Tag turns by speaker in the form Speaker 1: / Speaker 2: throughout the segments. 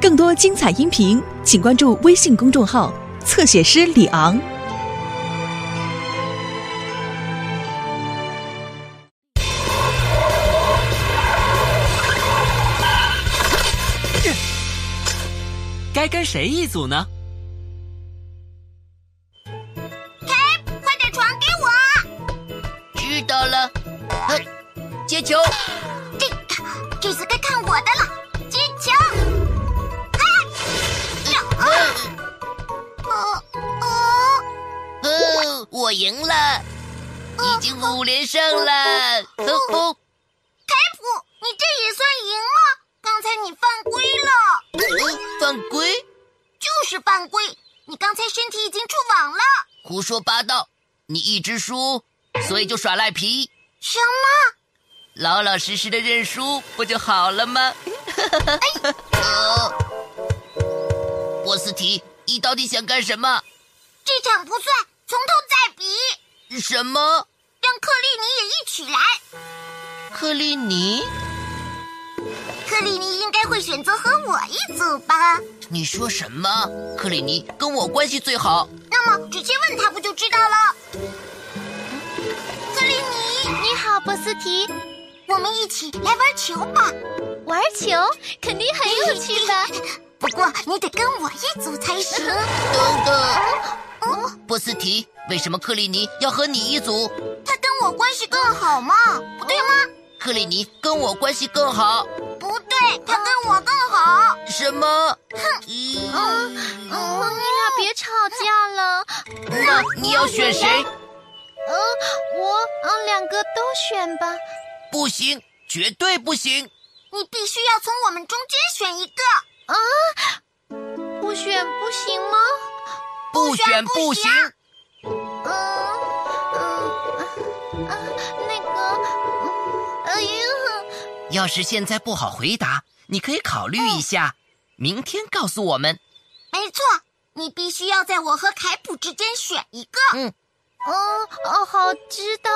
Speaker 1: 更多精彩音频，请关注微信公众号“侧写师李昂”。
Speaker 2: 该跟谁一组呢？
Speaker 3: 快点传给我！
Speaker 4: 知道了，哼，接球，
Speaker 3: 这这次该看我的了，接球！啊！哦
Speaker 4: 哦！哦，我赢了，已经五连胜了。哦哦，
Speaker 3: 凯普，你这也算赢吗？刚才你犯规了。
Speaker 4: 嗯、犯规？
Speaker 3: 就是犯规！你刚才身体已经触网了。
Speaker 4: 胡说八道！你一直输，所以就耍赖皮。
Speaker 3: 什么？
Speaker 4: 老老实实的认输不就好了吗？哎哦波斯提，你到底想干什么？
Speaker 3: 这场不算，从头再比。
Speaker 4: 什么？
Speaker 3: 让克利尼也一起来。
Speaker 4: 克利尼？
Speaker 3: 克利尼应该会选择和我一组吧？
Speaker 4: 你说什么？克里尼跟我关系最好。
Speaker 3: 那么直接问他不就知道了？克里尼，
Speaker 5: 你好，波斯提，
Speaker 3: 我们一起来玩球吧。
Speaker 5: 玩球肯定很有趣的。
Speaker 3: 不过你得跟我一组才行。哦
Speaker 4: 等等，嗯、波斯提，为什么克里尼要和你一组？
Speaker 3: 他跟我关系更好嘛，不对吗？
Speaker 4: 克里尼跟我关系更好。
Speaker 3: 不对，他跟我更好。
Speaker 4: 什么？
Speaker 3: 哼！
Speaker 5: 嗯，你俩别吵架了。
Speaker 4: 那你要选谁？
Speaker 5: 嗯，我嗯两个都选吧。
Speaker 4: 不行，绝对不行！
Speaker 3: 你必须要从我们中间选一个。
Speaker 5: 啊，不选不行吗？
Speaker 4: 不选不行。
Speaker 3: 呃
Speaker 5: 嗯嗯啊那个，
Speaker 3: 呃
Speaker 5: 哎呀！
Speaker 4: 要是现在不好回答，你可以考虑一下，明天告诉我们。
Speaker 3: 没错，你必须要在我和凯普之间选一个。
Speaker 4: 嗯，
Speaker 5: 哦哦，好，知道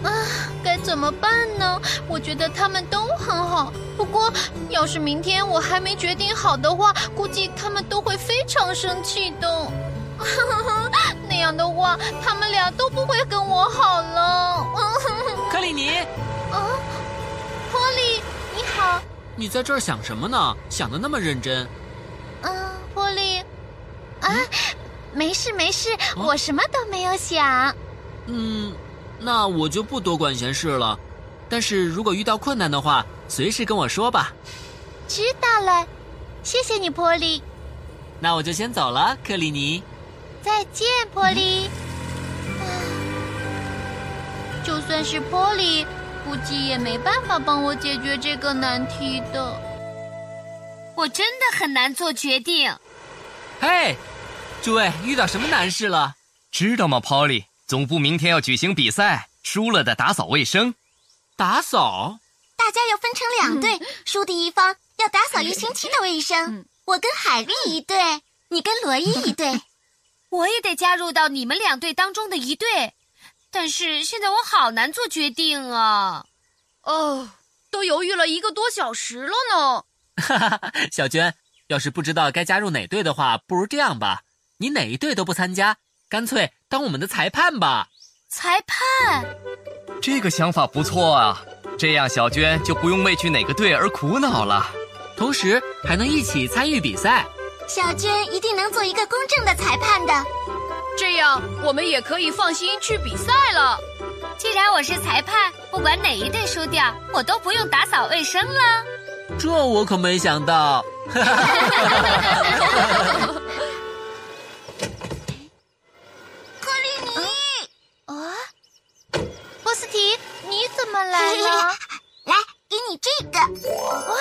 Speaker 5: 了。啊。该怎么办呢？我觉得他们都很好，不过要是明天我还没决定好的话，估计他们都会非常生气的。 那样的话，他们俩都不会跟我好了。
Speaker 2: 克里尼，
Speaker 5: 啊，波利，你好。
Speaker 2: 你在这儿想什么呢？想的那么认真。
Speaker 5: 嗯、啊，波利，啊，没事没事，啊、我什么都没有想。
Speaker 2: 嗯。那我就不多管闲事了，但是如果遇到困难的话，随时跟我说吧。
Speaker 5: 知道了，谢谢你，波利。
Speaker 2: 那我就先走了，克里尼。
Speaker 5: 再见，波利。嗯、就算是波利，估计也没办法帮我解决这个难题的。
Speaker 6: 我真的很难做决定。
Speaker 2: 嘿，诸位遇到什么难事了？
Speaker 7: 知道吗，Polly？总部明天要举行比赛，输了的打扫卫生。
Speaker 2: 打扫？
Speaker 3: 大家要分成两队，嗯、输的一方要打扫一星期的卫生。嗯、我跟海丽一队，你跟罗伊一队。
Speaker 5: 嗯
Speaker 6: 我也得加入到你们两队当中的一队，但是现在我好难做决定啊！
Speaker 8: 哦，都犹豫了一个多小时了呢。
Speaker 2: 哈哈，小娟，要是不知道该加入哪队的话，不如这样吧，你哪一队都不参加。干脆当我们的裁判吧！
Speaker 6: 裁判，
Speaker 7: 这个想法不错啊，这样小娟就不用为去哪个队而苦恼了，
Speaker 2: 同时还能一起参与比赛。
Speaker 3: 小娟一定能做一个公正的裁判的，
Speaker 8: 这样我们也可以放心去比赛了。
Speaker 6: 既然我是裁判，不管哪一队输掉，我都不用打扫卫生了。
Speaker 2: 这我可没想到。
Speaker 5: 怎么来 了？
Speaker 3: 来，给你这个！
Speaker 5: 哇，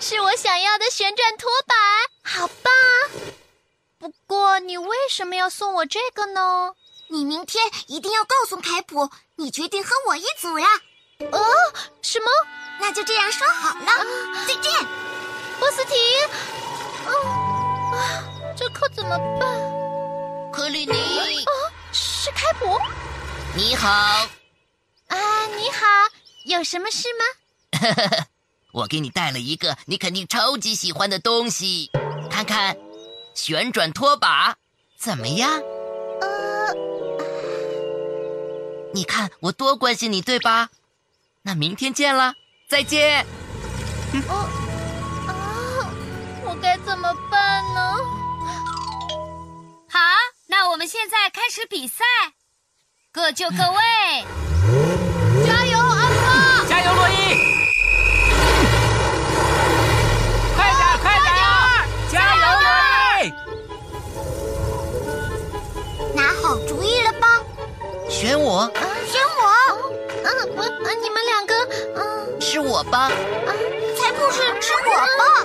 Speaker 5: 是我想要的旋转拖把，好棒！不过你为什么要送我这个呢？
Speaker 3: 你明天一定要告诉凯普，你决定和我一组了。
Speaker 5: 哦，什么？
Speaker 3: 那就这样说好了。啊、
Speaker 5: 嗯
Speaker 3: 再见，
Speaker 5: 波斯提。嗯、啊，这可怎么
Speaker 4: 办？克里尼。
Speaker 5: 啊，是凯普。
Speaker 4: 你好。
Speaker 5: 啊，你好，有什么事吗？
Speaker 4: 我给你带了一个你肯定超级喜欢的东西，看看，旋转拖把，怎么样？你看我多关心你，对吧？那明天见啦，再见。
Speaker 5: 我该怎么办呢？
Speaker 6: 好，那我们现在开始比赛，各就各位。
Speaker 5: 加油，阿波！
Speaker 2: 加油，洛伊！快点儿，快点儿！加油，洛伊！
Speaker 3: 拿好主意了吧？
Speaker 4: 选我
Speaker 3: 选我，
Speaker 5: 嗯，我你们两个，嗯
Speaker 4: 是我吧？
Speaker 3: 才不是是我吧？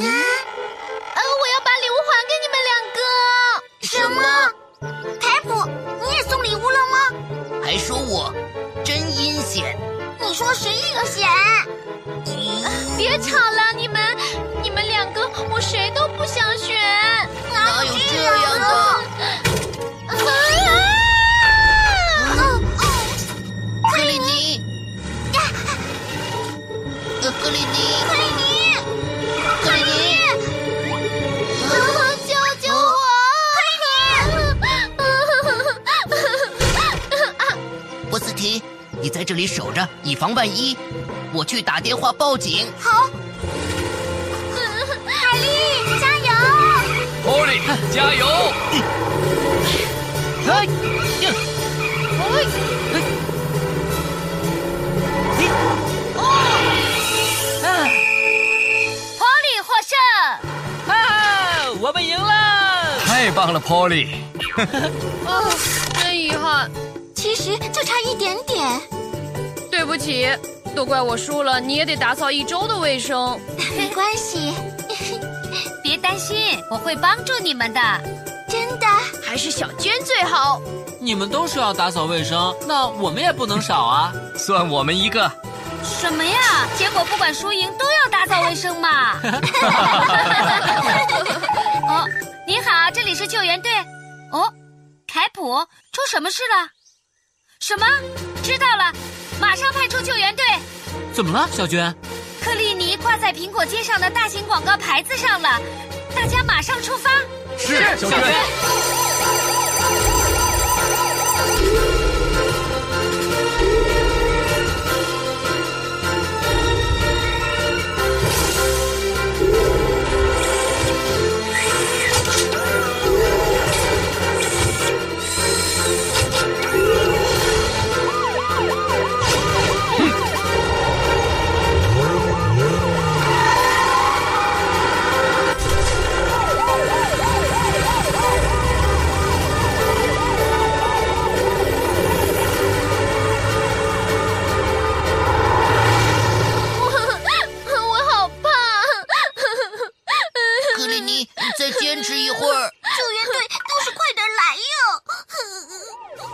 Speaker 5: 嗯啊，我要把礼物还给你们两个。
Speaker 3: 什么？凯普，你也送礼物了吗？
Speaker 4: 还说我真阴险。
Speaker 3: 你说谁阴险？
Speaker 5: 别吵了，你们，你们两个，我谁都不想选。
Speaker 4: 哪有这样的？
Speaker 3: 哦哦。
Speaker 4: 克里尼，呃克里尼，克里尼，克里尼，
Speaker 5: 救救我！
Speaker 4: 波斯提，你在这里守着，以防万一。我去打电话报警。
Speaker 3: 海丽，加油！
Speaker 7: 波利， 加油！
Speaker 2: 哎呀
Speaker 6: 波利获胜，
Speaker 2: 啊！我们赢了！
Speaker 7: 太棒了，波利！
Speaker 8: 啊，真遗憾，
Speaker 3: 其实就差一点 点，
Speaker 8: 对不起，都怪我输了，你也得打扫一周的卫生。
Speaker 3: 没关系，
Speaker 6: 别担心，我会帮助你们的。
Speaker 3: 真的。
Speaker 8: 还是小娟最好。
Speaker 2: 你们都说要打扫卫生，那我们也不能少啊！
Speaker 7: 算我们一个。
Speaker 6: 什么呀？结果不管输赢都要打扫卫生嘛。 哦，您好，这里是救援队。哦，凯普，出什么事了？什么？知道了，马上派出救援队。
Speaker 2: 怎么了，小娟？
Speaker 6: 克利尼挂在苹果街上的大型广告牌子上了，大家马上出发。
Speaker 7: 是，小
Speaker 2: 娟。
Speaker 5: 我好怕。
Speaker 4: 克里尼，你再坚持一会儿。
Speaker 3: 救援队倒是快点来哟！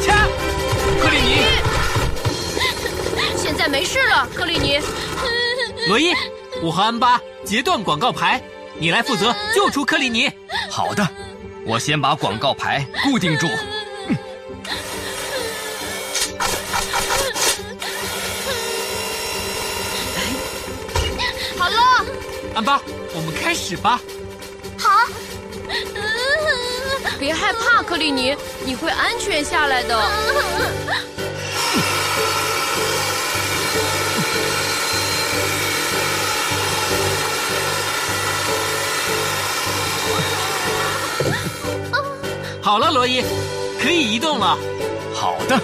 Speaker 7: 掐，克里尼，
Speaker 8: 现在没事了，克里尼，
Speaker 2: 罗伊，我和安巴截断广告牌，你来负责救出克里尼。
Speaker 7: 好的，我先把广告牌固定住。
Speaker 5: 好了，
Speaker 2: 安巴，我们开始吧。
Speaker 8: 别害怕，克里尼，你会安全下来的。
Speaker 2: 好了，罗伊，可以移动了。
Speaker 7: 好的，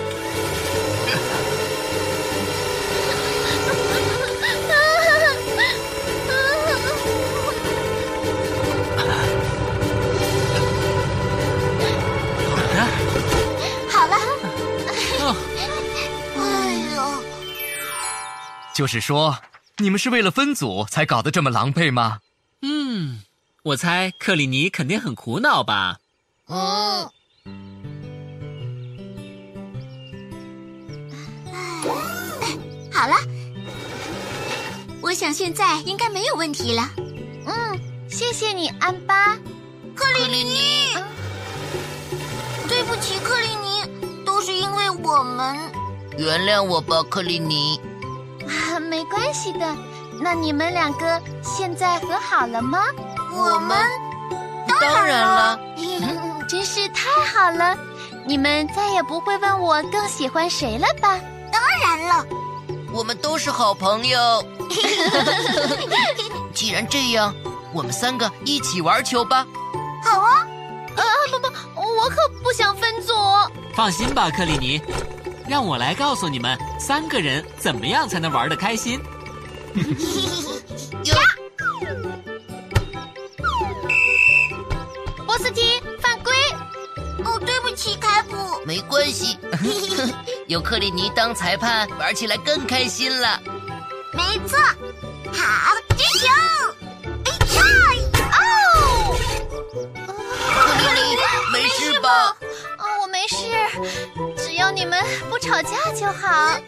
Speaker 3: 好了，
Speaker 2: 哦
Speaker 3: 哎呦，
Speaker 7: 就是说，你们是为了分组才搞得这么狼狈吗？
Speaker 2: 嗯，我猜克里尼肯定很苦恼吧。
Speaker 4: 嗯，
Speaker 3: 想现在应该没有问题了。
Speaker 5: 嗯谢谢你，安巴。
Speaker 3: 克里尼，啊对不起，克里尼，都是因为我们。
Speaker 4: 原谅我吧，克里尼。
Speaker 5: 啊， 没关系的。那你们两个现在和好了吗？嗯
Speaker 3: 我们
Speaker 4: 当然了，
Speaker 5: 真是太好了！你们再也不会问我更喜欢谁了吧？
Speaker 3: 当然了，
Speaker 4: 我们都是好朋友。 既然这样，我们三个一起玩球吧。
Speaker 3: 好啊。
Speaker 5: 我可不想分组哦。
Speaker 2: 放心吧，克里尼，让我来告诉你们，三个人怎么样才能玩得开心。
Speaker 5: 波斯提犯规，
Speaker 3: 哦，对不起，凯普。
Speaker 4: 没关系， 有克里尼当裁判，玩起来更开心了。
Speaker 3: 没错，好，举球。哎呀，哦，
Speaker 4: 克里尼，没事吧？
Speaker 5: 哦，我没事，只要你们不吵架就好。